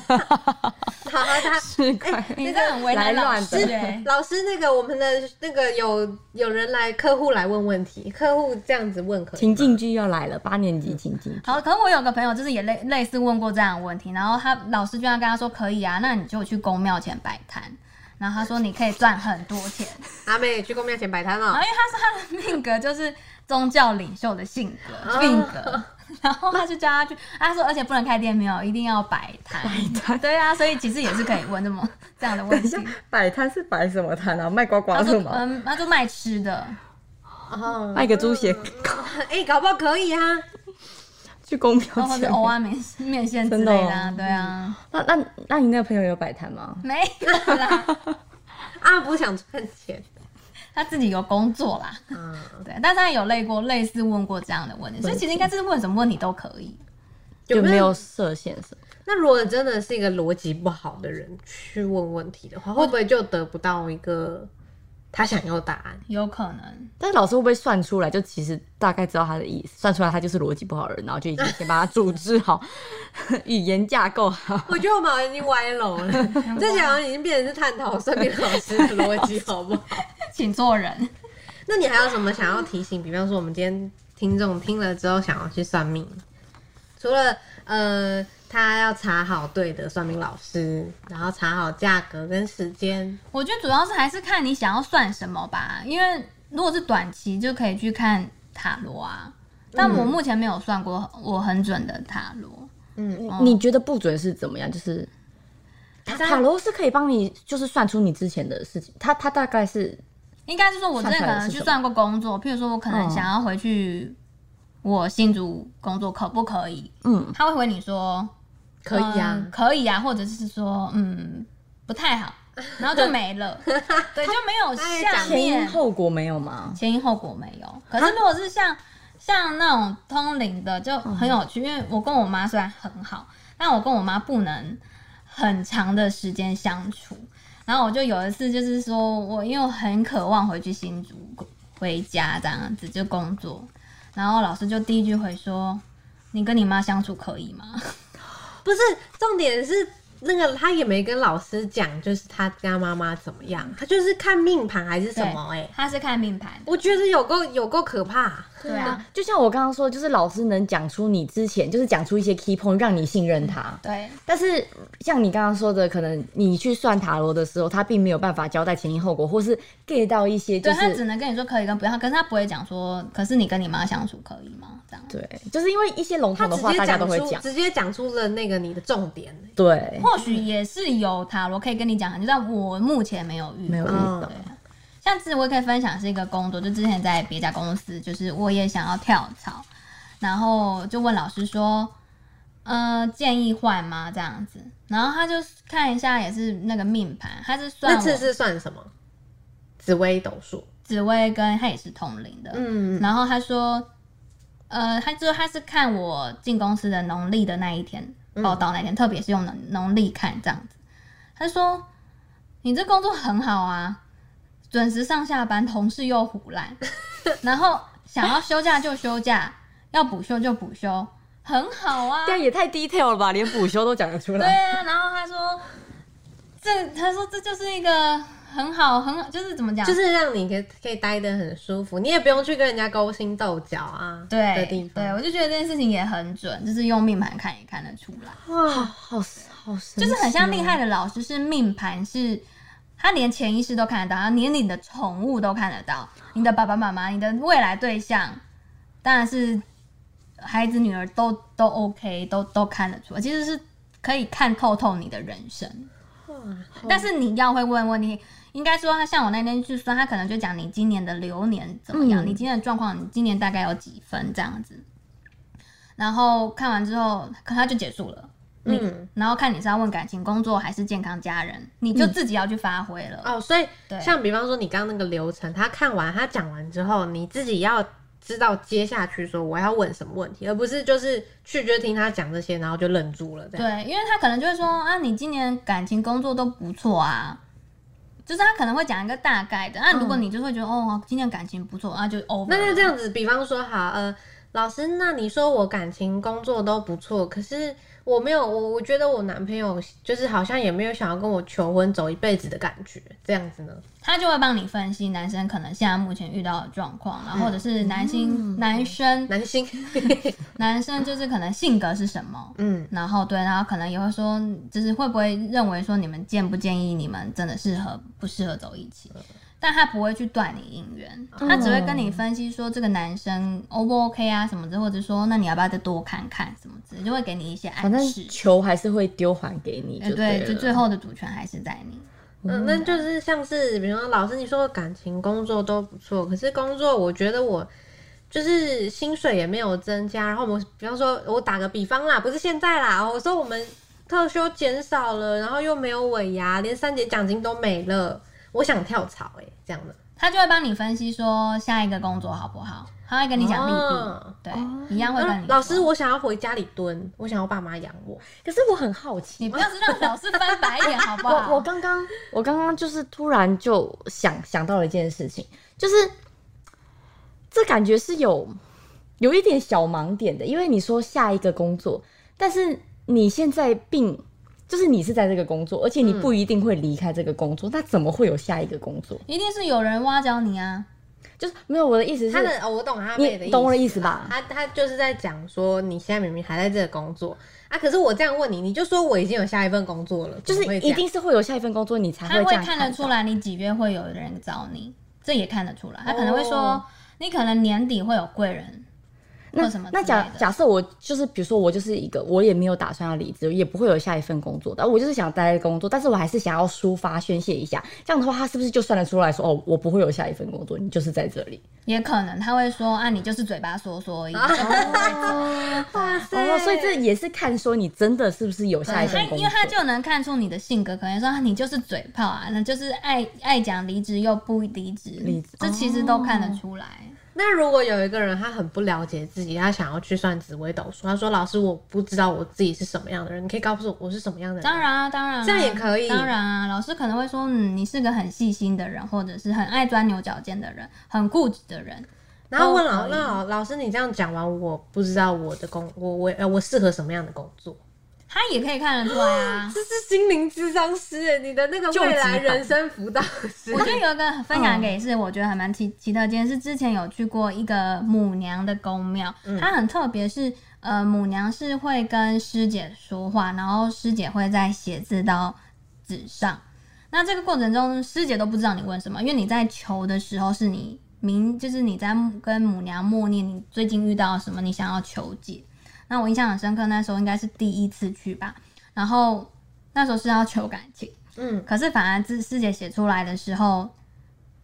Speaker 1: 好，他
Speaker 2: 是快。
Speaker 3: 你这很为难
Speaker 2: 来
Speaker 3: 老
Speaker 2: 乱的
Speaker 3: 师 欸
Speaker 1: 老师那个我们的那个有有人来客户来问问题，客户这样子问可以
Speaker 2: 情
Speaker 1: 吗？
Speaker 2: 境剧要来了，八年级情境剧。
Speaker 3: 好，可是我有个朋友，就是也类类似问过这样的问题，然后他老师居然跟他说可以啊，那你就去公庙前摆摊，然后他说你可以赚很多钱，
Speaker 1: 阿妹去公庙前摆摊
Speaker 3: 然
Speaker 1: 哦
Speaker 3: 后，因为他说他的命格就是宗教领袖的性格
Speaker 1: 啊
Speaker 3: 命格，然后他就叫他去，他说而且不能开店没有，一定要摆摊，
Speaker 2: 摊
Speaker 3: 对啊，所以其实也是可以问这么这样的问题。
Speaker 2: 摆摊是摆什么摊啊？卖刮刮
Speaker 3: 他说
Speaker 2: 乐吗？
Speaker 3: 嗯，他就卖吃的，
Speaker 1: 哦，
Speaker 2: 卖个猪血糕
Speaker 1: 哎，搞不好可以啊。
Speaker 2: 去公票
Speaker 3: 然后或者
Speaker 2: 前
Speaker 3: 欧
Speaker 2: 面。
Speaker 3: 啊面面线之
Speaker 2: 真的
Speaker 3: 类的啊
Speaker 2: 哦，
Speaker 3: 对啊，
Speaker 2: 那那那你那个朋友有摆摊吗？
Speaker 3: 没有啦，
Speaker 1: 啊，不想赚钱
Speaker 3: 他自己有工作啦。
Speaker 1: 啊，
Speaker 3: 对，但是他有类过类似问过这样的问题，所以其实应该是问什么问题都可以。
Speaker 2: 有没有设限什么？
Speaker 1: 那如果真的是一个逻辑不好的人去问问题的话，会不会就得不到一个他想要的答案？
Speaker 3: 有可能，
Speaker 2: 但是老师会不会算出来？就其实大概知道他的意思，算出来他就是逻辑不好的人，然后就已经先把他组织好， 语言架构好。
Speaker 1: 我觉得我们好像已经歪楼 了，这讲已经变成是探讨算命老师的逻辑，好不好？
Speaker 3: 请做人。
Speaker 1: 那你还有什么想要提醒？比方说，我们今天听众听了之后想要去算命，除了呃，他要查好对的算命老师，然后查好价格跟时间，
Speaker 3: 我觉得主要是还是看你想要算什么吧，因为如果是短期就可以去看塔罗啊，但我目前没有算过我很准的塔罗。
Speaker 1: 嗯，
Speaker 2: 你觉得不准是怎么样？就是塔
Speaker 1: 但
Speaker 2: 塔罗是可以帮你，就是算出你之前的事情。它它大概是
Speaker 3: 应该是说，我之前可能去算过工作，譬如说我可能想要回去我新竹工作，可不可以？
Speaker 2: 嗯，
Speaker 3: 他会回你说
Speaker 1: 可以啊
Speaker 3: 嗯，可以啊，或者是说嗯不太好，然后就 没了，对，就没有
Speaker 1: 他也
Speaker 3: 下
Speaker 1: 讲
Speaker 2: 前因
Speaker 3: 面
Speaker 2: 后果没有吗？
Speaker 3: 前因后果没有。可是如果是像像那种通灵的，就很有趣，因为我跟我妈虽然很好，但我跟我妈不能很长的时间相处。然后我就有一次就是说我因为我很渴望回去新竹回家这样子就工作，然后老师就第一句回说。你跟你妈相处可以吗？
Speaker 1: 不是重点是那个他也没跟老师讲，就是他家妈妈怎么样，他就是看命盘还是什么、欸？哎
Speaker 3: 对，她是看命盘的，
Speaker 1: 我觉得有够有够可怕，
Speaker 3: 对啊，
Speaker 2: 就像我刚刚说，就是老师能讲出你之前，就是讲出一些 key point，让你信任他。
Speaker 3: 对，
Speaker 2: 但是像你刚刚说的，可能你去算塔罗的时候，他并没有办法交代前因后果，或是 get 到一些就
Speaker 3: 对他只
Speaker 2: 是。
Speaker 3: 能跟你说可以跟不要，可是他不会讲说，可是你跟你妈相处可以吗？这样，
Speaker 2: 对，就是因为一些笼
Speaker 1: 他
Speaker 2: 统的
Speaker 1: 直
Speaker 2: 话，
Speaker 1: 接
Speaker 2: 大家
Speaker 1: 讲
Speaker 2: 都会
Speaker 1: 出
Speaker 2: 讲。
Speaker 1: 直接讲出了那个你的重点、欸
Speaker 2: 对，
Speaker 3: 或许也是有塔罗可以跟你讲很多，但我目前没有遇到。
Speaker 2: 没有遇
Speaker 1: 嗯
Speaker 2: 到。
Speaker 3: 像是我也可以分享是一个工作，就之前在别家公司，就是我也想要跳槽，然后就问老师说，呃，建议换吗？这样子，然后他就看一下也是那个命盘，他是算
Speaker 1: 那次
Speaker 3: 我
Speaker 1: 是算什么？紫微斗数，
Speaker 3: 紫薇跟他也是同龄的，
Speaker 1: 嗯，
Speaker 3: 然后他说，呃，他就他是看我进公司的农历的那一天
Speaker 1: 嗯
Speaker 3: 报道那天，特别是用农农历看这样子。他说，你这工作很好啊，准时上下班，同事又胡来， 然后想要休假就休假，要补休就补休，很好啊。
Speaker 2: 但也太 detail 了吧，连补休都讲得出
Speaker 3: 对
Speaker 2: 来。
Speaker 3: 啊，然后他说，这他说这就是一个很好很好，就是怎么讲，
Speaker 1: 就是让你可以可以待得很舒服，你也不用去跟人家勾心斗角啊，的
Speaker 3: 对
Speaker 1: 地
Speaker 3: 对，
Speaker 1: 方，
Speaker 3: 我就觉得这件事情也很准，就是用命盘看也看得出来。
Speaker 2: 哇，好好神奇哦，
Speaker 3: 就是很像厉害的老师，是命盘是。他连潜意识都看得到，他连你的宠物都看得到，你的爸爸妈妈、你的未来对象，当然是孩子、女儿都都 OK，都都看得出来，其实是可以看透透你的人生。但是你要会问问题，应该说他像我那天去算，他可能就讲你今年的流年怎么样，
Speaker 2: 嗯
Speaker 3: 你今天的状况，你今年大概有几分这样子。然后看完之后，可他就结束了。
Speaker 1: 嗯，
Speaker 3: 然后看你是要问感情、工作还是健康、家人，你就自己要去发挥了。
Speaker 1: 哦，所以
Speaker 3: 对
Speaker 1: 像比方说你刚刚那个流程，他看完他讲完之后，你自己要知道接下去说我要问什么问题，而不是就是去就听他讲这些，然后就愣住了这样。
Speaker 3: 对，因为他可能就会说啊，你今年感情、工作都不错啊，就是他可能会讲一个大概的。那啊如果你就会觉得、哦，今年感情不错，啊那就
Speaker 1: 嗯
Speaker 3: over
Speaker 1: 那
Speaker 3: 了。
Speaker 1: 那这样子，比方说好，呃，老师，那你说我感情工作都不错，可是我没有，我我觉得我男朋友就是好像也没有想要跟我求婚走一辈子的感觉，这样子呢？
Speaker 3: 他就会帮你分析男生可能现在目前遇到的状况，然后或者是
Speaker 1: 嗯
Speaker 3: 男性、男生
Speaker 1: 男星，
Speaker 3: 男生就是可能性格是什么，
Speaker 1: 嗯，
Speaker 3: 然后对，然后可能也会说，就是会不会认为说你们建不建议你们真的适合不适合走一起？
Speaker 2: 嗯
Speaker 3: 但他不会去断你姻缘，
Speaker 1: 嗯
Speaker 3: 他只会跟
Speaker 2: 哦
Speaker 3: 你分析说这个男生 O 不 OK 啊什么之，或者说那你要不要再多看看什么之类，就会给你一些暗
Speaker 2: 反正
Speaker 3: 示。
Speaker 2: 球还是会丢还给你
Speaker 3: 哎
Speaker 2: 就
Speaker 3: 对，
Speaker 2: 了
Speaker 3: 就最后的主权还是在你。
Speaker 1: 嗯，那就是像是，比如说老师，你说感情、工作都不错，可是工作我觉得我就是薪水也没有增加。然后我们比方说，我打个比方啦，不是现在啦，我说我们特休减少了，然后又没有尾牙，连三节奖金都没了，我想跳槽哎、欸，这样的。
Speaker 3: 他就会帮你分析说下一个工作好不好，他会跟你讲利弊，
Speaker 1: 哦
Speaker 3: 对，一样会跟你
Speaker 1: 嗯
Speaker 3: 说。
Speaker 1: 老师，我想要回家里蹲，我想要爸妈养我。
Speaker 2: 可是我很好
Speaker 3: 你
Speaker 2: 奇，
Speaker 3: 不要是让老师翻白眼好 不好？
Speaker 2: 我我刚刚我刚刚就是突然就想想到了一件事情，就是这感觉是有有一点小盲点的，因为你说下一个工作，但是你现在并就是你是在这个工作，而且你
Speaker 1: 嗯
Speaker 2: 不一定会离开这个工作，那怎么会有下一个工作？
Speaker 3: 一定是有人挖角你啊。
Speaker 2: 就是没有我的意思是
Speaker 1: 他的哦，我懂他妹的
Speaker 2: 你
Speaker 1: 意思，
Speaker 2: 懂我的意思吧？
Speaker 1: 他他就是在讲说，你现在明明还在这个工作啊，可是我这样问你，你就说我已经有下一份工作了，
Speaker 2: 就
Speaker 1: 怎么
Speaker 2: 是
Speaker 1: 会这
Speaker 2: 一
Speaker 1: 样
Speaker 2: 定是会有下一份工作，你才
Speaker 3: 他
Speaker 2: 啊这
Speaker 3: 会
Speaker 2: 样
Speaker 3: 看
Speaker 2: 看
Speaker 3: 得出来你几月会有人找你，这也看得出来。他可能会说，
Speaker 1: 哦
Speaker 3: 你可能年底会有贵人，
Speaker 2: 那
Speaker 3: 或什么
Speaker 2: 那
Speaker 3: 之
Speaker 2: 假
Speaker 3: 类的
Speaker 2: 假设我就是，比如说我就是一个，我也没有打算要离职，也不会有下一份工作的，我就是想待在工作，但是我还是想要抒发宣泄一下。这样的话，他是不是就算得出来说，哦，我不会有下一份工作，你就是在这里？
Speaker 3: 也可能他会说啊，你就是嘴巴说说而已。
Speaker 1: 啊
Speaker 2: 啊
Speaker 1: 哇塞
Speaker 2: 哦，所以这也是看说你真的是不是有下一
Speaker 3: 他
Speaker 2: 份工作
Speaker 3: 因为。他就能看出你的性格，可能说啊你就是嘴炮啊，那就是爱爱讲离职又不离职，
Speaker 2: 离职哦
Speaker 3: 这其实都看得出来。
Speaker 1: 那如果有一个人他很不了解自己，他想要去算紫微斗数，他说老师我不知道我自己是什么样的人，你可以告诉我我是什么样的人？
Speaker 3: 当，然啊，当然啊、
Speaker 1: 这样也可以
Speaker 3: 当然啊，老师可能会说，嗯，你是个很细心的人，或者是很爱钻牛角尖的人，很固执的人。
Speaker 1: 然后问
Speaker 3: 都
Speaker 1: 老
Speaker 3: 可以
Speaker 1: 那老老师你这样讲完，我不知道我的工我我呃我适合什么样的工作。。
Speaker 3: 他也可以看得出来啊
Speaker 1: 这是心灵智商师耶，你的那个
Speaker 2: 救急
Speaker 1: 未来
Speaker 2: 版
Speaker 1: 人生辅导师
Speaker 3: 我。觉得有一个分享给也是，我觉得还蛮奇奇特间是之前有去过一个母娘的宫庙，它很特别是，呃母娘是会跟师姐说话，然后师姐会在写字到纸上。那这个过程中，师姐都不知道你问什么，因为你在求的时候是你明，就是你在跟母娘默念你最近遇到什么，你想要求解。那我印象很深刻，那时候应该是第一次去吧，然后那时候是要求感情。
Speaker 1: 嗯，
Speaker 3: 可是反而师师姐写出来的时候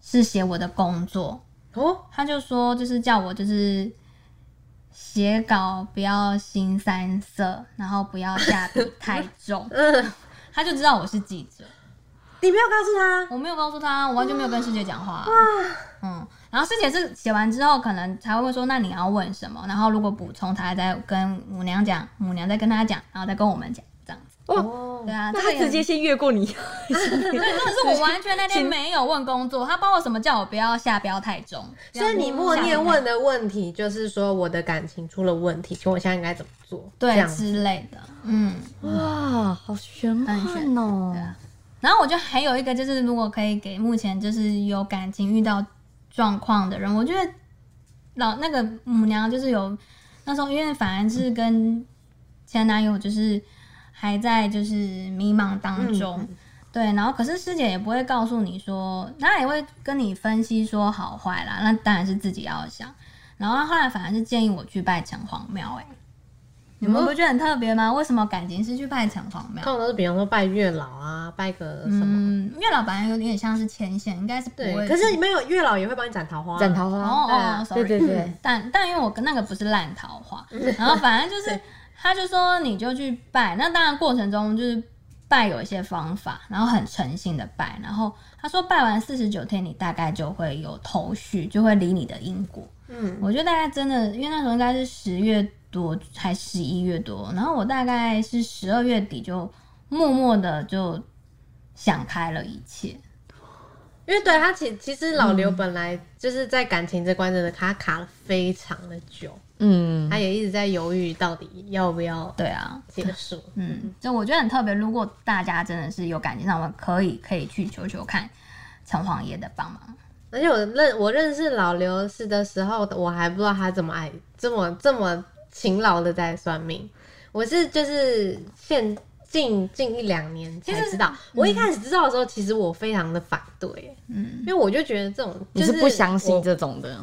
Speaker 3: 是写我的工作，
Speaker 1: 哦，，
Speaker 3: 她就说就是叫我就是写稿不要新三色，然后不要下笔太重
Speaker 1: 嗯，
Speaker 3: 她就知道我是记者。
Speaker 1: 你没有告诉他，啊
Speaker 3: 我没有告诉她，我完全没有跟师姐讲话、嗯，然后师姐是写完之后可能才会问说那你要问什么，然后如果补充，她还在跟母娘讲，母娘再跟她讲，然后再跟我们讲这样子。
Speaker 1: 哦
Speaker 3: 对，啊，
Speaker 2: 那他
Speaker 3: 这个也
Speaker 2: 直接先越过你，
Speaker 3: 对，真的是我完全那天没有问工作，他帮我什么叫我不要下标太重，
Speaker 1: 所以你默念问的问题就是说我的感情出了问题，请问我现在应该怎么做？这
Speaker 3: 对
Speaker 1: 样子
Speaker 3: 之类的，嗯。
Speaker 2: 哇，好玄
Speaker 3: 很
Speaker 2: 幻
Speaker 3: 玄
Speaker 2: 哦
Speaker 3: 对！啊然后我觉得还有一个就是，如果可以给目前就是有感情遇到状况的人，我觉得老那个母娘就是有那时候，因为反而是跟前男友就是还在就是迷茫当中。对，然后可是师姐也不会告诉你说，那也会跟你分析说好坏啦，那当然是自己要想。然后她后来反而是建议我去拜城隍庙、欸，哎，你们不觉得很特别吗？为什么感情是去拜城隍
Speaker 1: 通？
Speaker 3: 庙
Speaker 1: 常都是比方说拜月老啊，拜个什么？
Speaker 3: 嗯，月老本来有点像是牵线，应该是不
Speaker 1: 对，
Speaker 3: 会。
Speaker 1: 可是没有月老也会帮你斩桃花啊，
Speaker 2: 斩桃花，
Speaker 3: 哦
Speaker 1: 对啊
Speaker 3: 哦，sorry，
Speaker 2: 对对对，
Speaker 3: 但但因为我跟那个不是烂桃 花，然后反正就是他就说你就去拜，那当然过程中就是拜有一些方法，然后很诚信的拜，然后他说拜完四十九天你大概就会有头绪，就会理你的因果。
Speaker 1: 嗯，
Speaker 3: 我觉得大概真的，因为那时候应该是十月多还十一月多，然后我大概是十二月底就默默的就想开了一切。
Speaker 1: 因为对他其其实老刘本来就是在感情这关真的他卡了非常的久，
Speaker 2: 嗯，
Speaker 1: 他也一直在犹豫到底要不要
Speaker 3: 对啊，
Speaker 1: 结束。
Speaker 3: 嗯，就我觉得很特别。如果大家真的是有感情上，我可以可以去求求看城隍爷的帮忙。
Speaker 1: 而且我认我认识老刘是的时候，我还不知道他这么爱这么这么勤劳的在算命。我是就是现近近一两年才知
Speaker 2: 嗯
Speaker 1: 道。我一开始知道的时候，其实我非常的反对，
Speaker 3: 嗯
Speaker 1: 因为我就觉得这种
Speaker 2: 你
Speaker 1: 就是
Speaker 2: 不相
Speaker 1: 我
Speaker 2: 信这种的，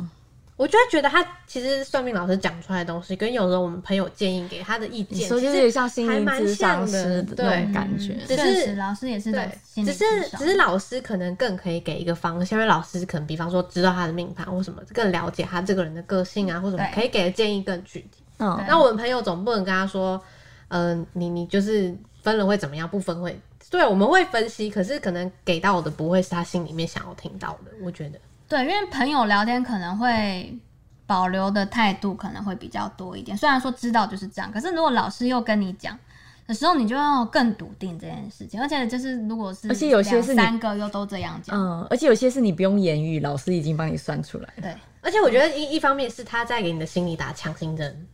Speaker 1: 我就会觉得他其实算命老师讲出来的东西，跟有时候我们朋友建议给他的意
Speaker 2: 你
Speaker 1: 见，
Speaker 2: 说
Speaker 1: 其
Speaker 2: 就
Speaker 1: 实
Speaker 2: 是有点像心
Speaker 1: 还
Speaker 2: 灵
Speaker 1: 蛮
Speaker 2: 智商
Speaker 1: 像的，
Speaker 2: 师的那
Speaker 1: 对
Speaker 2: 种。感觉，
Speaker 1: 只是
Speaker 3: 确实老师也嗯是
Speaker 1: 对
Speaker 3: 种，心理
Speaker 1: 只是
Speaker 3: 智商
Speaker 1: 只是老师可能更可以给一个方向，因为老师可能比方说知道他的命盘或什么，更了解他这个人的个性啊，或什么
Speaker 3: 对
Speaker 1: 可以给的建议更具体。
Speaker 2: 嗯，
Speaker 1: 那我们朋友总不能跟他说，嗯、你你就是分了会怎么样，不分会。对，我们会分析，可是可能给到的不会是他心里面想要听到的。我觉得，
Speaker 3: 对，因为朋友聊天可能会保留的态度可能会比较多一点。虽然说知道就是这样，可是如果老师又跟你讲。的时候，你就要更笃定这件事情，而且就是如果是
Speaker 2: 而且有些是你
Speaker 3: 两三个又都这样讲，
Speaker 2: 嗯，而且有些是你不用言语，老师已经帮你算出来了。
Speaker 3: 对
Speaker 1: 而且我觉得一一方面是他在给你的心里打强心针，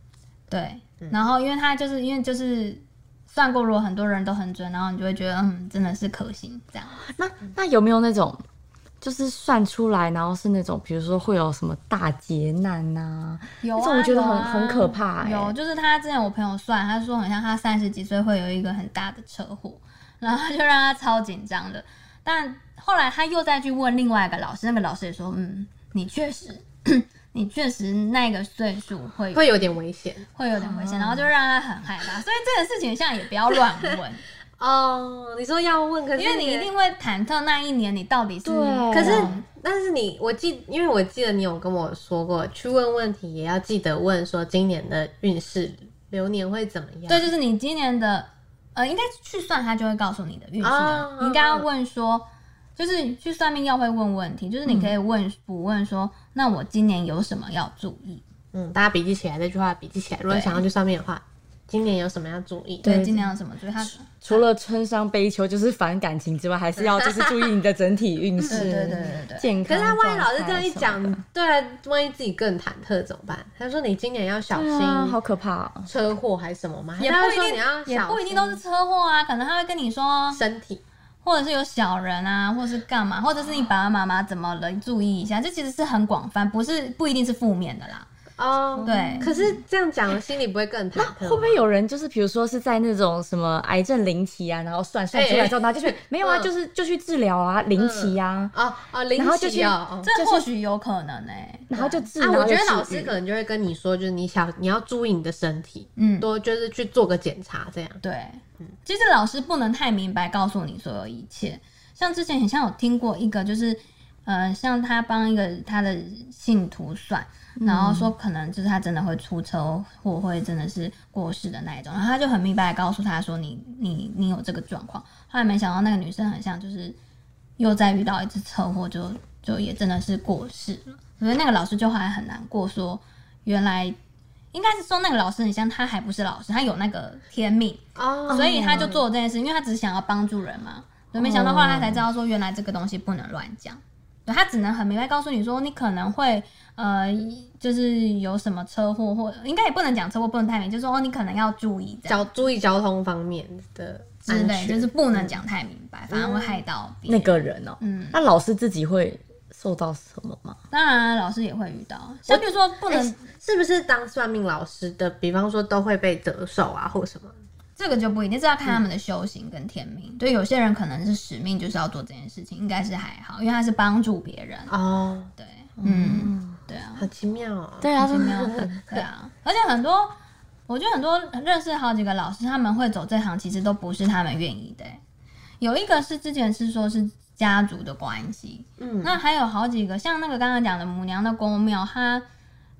Speaker 3: 对。
Speaker 2: 嗯
Speaker 3: 然后因为他就是因为就是算过，如果很多人都很准，然后你就会觉得嗯，真的是可行这样。
Speaker 2: 那那有没有那种就是算出来，然后是那种比如说会有什么大劫难呐、
Speaker 3: 有
Speaker 2: 那
Speaker 3: 啊，
Speaker 2: 种我觉得
Speaker 3: 有
Speaker 2: 很
Speaker 3: 啊
Speaker 2: 很可怕欸
Speaker 3: 有，就是他之前我朋友算，他说好像他三十几岁会有一个很大的车祸，然后就让他超紧张的。但后来他又再去问另外一个老师，那个老师也说，嗯，你确实， 你确实那个岁数会
Speaker 1: 会有点危险
Speaker 3: 会有点危
Speaker 2: 嗯
Speaker 3: 险，然后就让他很害怕。所以这个事情现在也不要乱 问，
Speaker 1: 哦。你说要问，可是
Speaker 3: 因为你一定会忐忑那一年你到底是
Speaker 2: 对
Speaker 1: 可是，但是你，我记，因为我记得你有跟我说过，去问问题也要记得问说今年的运势流年会怎么样。
Speaker 3: 对，就是你今年的，呃，应该去算，他就会告诉你的运势
Speaker 1: 啊
Speaker 3: 的。你应该要问说，就是去算命要会问问题，就是你可以问补问说，那我今年有什么要注意？
Speaker 1: 嗯，大家笔记起来这句话，笔记起来。如果
Speaker 3: 对
Speaker 1: 想要去算命的话，今年有什么要注意？
Speaker 3: 对，今年有什么注意？他
Speaker 2: 除了春伤悲秋，就是烦感情之外，还是要就是注意你的整体 运势，
Speaker 3: 对对对对对对。
Speaker 2: 健
Speaker 1: 可
Speaker 2: 康
Speaker 1: 是他
Speaker 2: 状态什么的。
Speaker 1: 万一老师这样一讲，对啊，万一自己更忐忑怎么办？他说你今年要小
Speaker 2: 对
Speaker 1: 心
Speaker 2: 啊，好可怕哦、
Speaker 1: 车祸还是什么吗？
Speaker 3: 也
Speaker 1: 还
Speaker 3: 不
Speaker 1: 是
Speaker 3: 一
Speaker 1: 他说你要
Speaker 3: 定，也
Speaker 1: 小
Speaker 3: 不一
Speaker 1: 心
Speaker 3: 定都是车祸啊，可能他会跟你说，
Speaker 1: 身体。
Speaker 3: 或者是有小人啊，或者是干嘛，或者是你爸爸妈妈怎么了，你注意一下。这其实是很广泛，不是不一定是负面的啦。
Speaker 1: 哦，
Speaker 3: 对
Speaker 1: 可是这样讲，心里不会更忐忑吗？
Speaker 2: 会不会有人就是，比如说是在那种什么癌症临期啊，然后算算出来之后，然后就去没有啊，
Speaker 1: 嗯
Speaker 2: 就是就去治疗啊，临期啊，
Speaker 1: 哦哦，灵
Speaker 2: 然后就
Speaker 1: 奇
Speaker 2: 去
Speaker 1: 哦，哦
Speaker 3: 这或许有可能呢、欸
Speaker 2: 然后就治
Speaker 1: 啊，
Speaker 2: 疗。
Speaker 1: 我觉
Speaker 2: 然
Speaker 1: 得
Speaker 2: 后
Speaker 1: 老
Speaker 2: 就治
Speaker 1: 师
Speaker 2: 愈
Speaker 1: 可能就会跟你说，就是你想你要注意你的身体，
Speaker 3: 嗯，
Speaker 1: 多就是去做个检查这样。
Speaker 3: 对，其实老师不能太明白告诉你所有一切。像之前很像有听过一个，就是呃，像他帮一个他的信徒算，然后说可能就是他真的会出车祸，会真的是过世的那一种，然后他就很明白地告诉他说你你你有这个状况。后来没想到那个女生很像就是又再遇到一次车祸，就就也真的是过世了。所以那个老师就还很难过说，原来。应该是说那个老师很像，他还不是老师，他有那个天命，
Speaker 1: 哦
Speaker 3: 所以他就做了这件事，因为他只是想要帮助人嘛。就没想到后来他才知道说，原来这个东西不能乱讲。对他只能很明白告诉你说，你可能会呃，就是有什么车祸，或应该也不能讲车祸，不能太明，就是说哦，你可能要注意这样
Speaker 1: 交注意交通方面的
Speaker 3: 之
Speaker 1: 安
Speaker 3: 类，
Speaker 1: 全，
Speaker 3: 就是不能讲太明白，反而会害到别
Speaker 2: 那
Speaker 3: 人。
Speaker 2: 个人哦、
Speaker 3: 嗯，
Speaker 2: 那老师自己会受到什么吗？哎
Speaker 3: 当然老师也会遇到，像比如说不能，
Speaker 1: 是不是当算命老师的，比方说都会被折寿啊，或什么？
Speaker 3: 这个就不一定，这要看他们的修行跟天命。对，有些人可能是使命，就是要做这件事情，应该是还好，因为他是帮助别人。
Speaker 1: 哦，
Speaker 3: 对，嗯，对啊。
Speaker 1: 好奇妙哦。
Speaker 2: 对啊，
Speaker 3: 就没有很对啊，而且很多，我觉得很多认识好几个老师，他们会走这行，其实都不是他们愿意的欸、有一个是之前是说是家族的关系，
Speaker 1: 嗯，
Speaker 3: 那还有好几个，像那个刚刚讲的母娘的公庙，他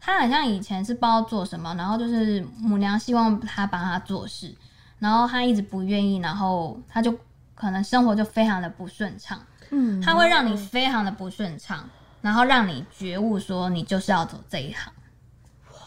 Speaker 3: 他好像以前是不知道做什么，然后就是母娘希望他帮他做事，然后他一直不愿意，然后他就可能生活就非常的不顺畅，
Speaker 2: 嗯，
Speaker 3: 它会让你非常的不顺畅，然后让你觉悟说你就是要走这一行。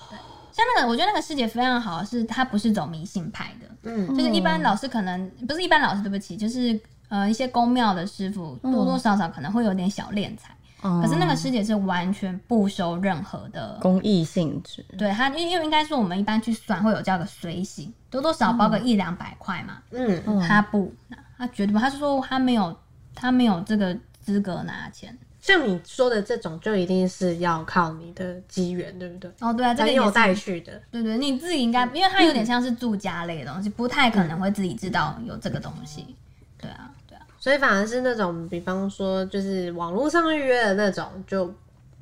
Speaker 3: 对，像那个，我觉得那个师姐非常好，是她不是走迷信派的，
Speaker 1: 嗯，
Speaker 3: 就是一般老师可能不是一般老师，对不起，就是呃一些宫庙的师傅
Speaker 1: 嗯
Speaker 3: 多多少少可能会有点小敛财，
Speaker 2: 可
Speaker 3: 哦可是那个师姐是完全不收任何的。
Speaker 2: 哦公益性质，
Speaker 3: 对她，因为因为应该说我们一般去算会有叫个随行，多多少少包个一两百块嘛，
Speaker 1: 嗯，
Speaker 3: 她不拿，她绝对不，她是说她没有，她没有这个资格拿钱。
Speaker 1: 像你说的这种，就一定是要靠你的机缘，对不对？
Speaker 3: 哦，对啊，这个
Speaker 1: 才
Speaker 3: 也是
Speaker 1: 有带去的。
Speaker 3: 对对，你自己应该，
Speaker 2: 嗯
Speaker 3: 因为它有点像是住家类的东西，不太可能会自己知道有这个东
Speaker 2: 嗯
Speaker 3: 西。对啊，对啊，
Speaker 1: 所以反而是那种，比方说就是网络上预约的那种，就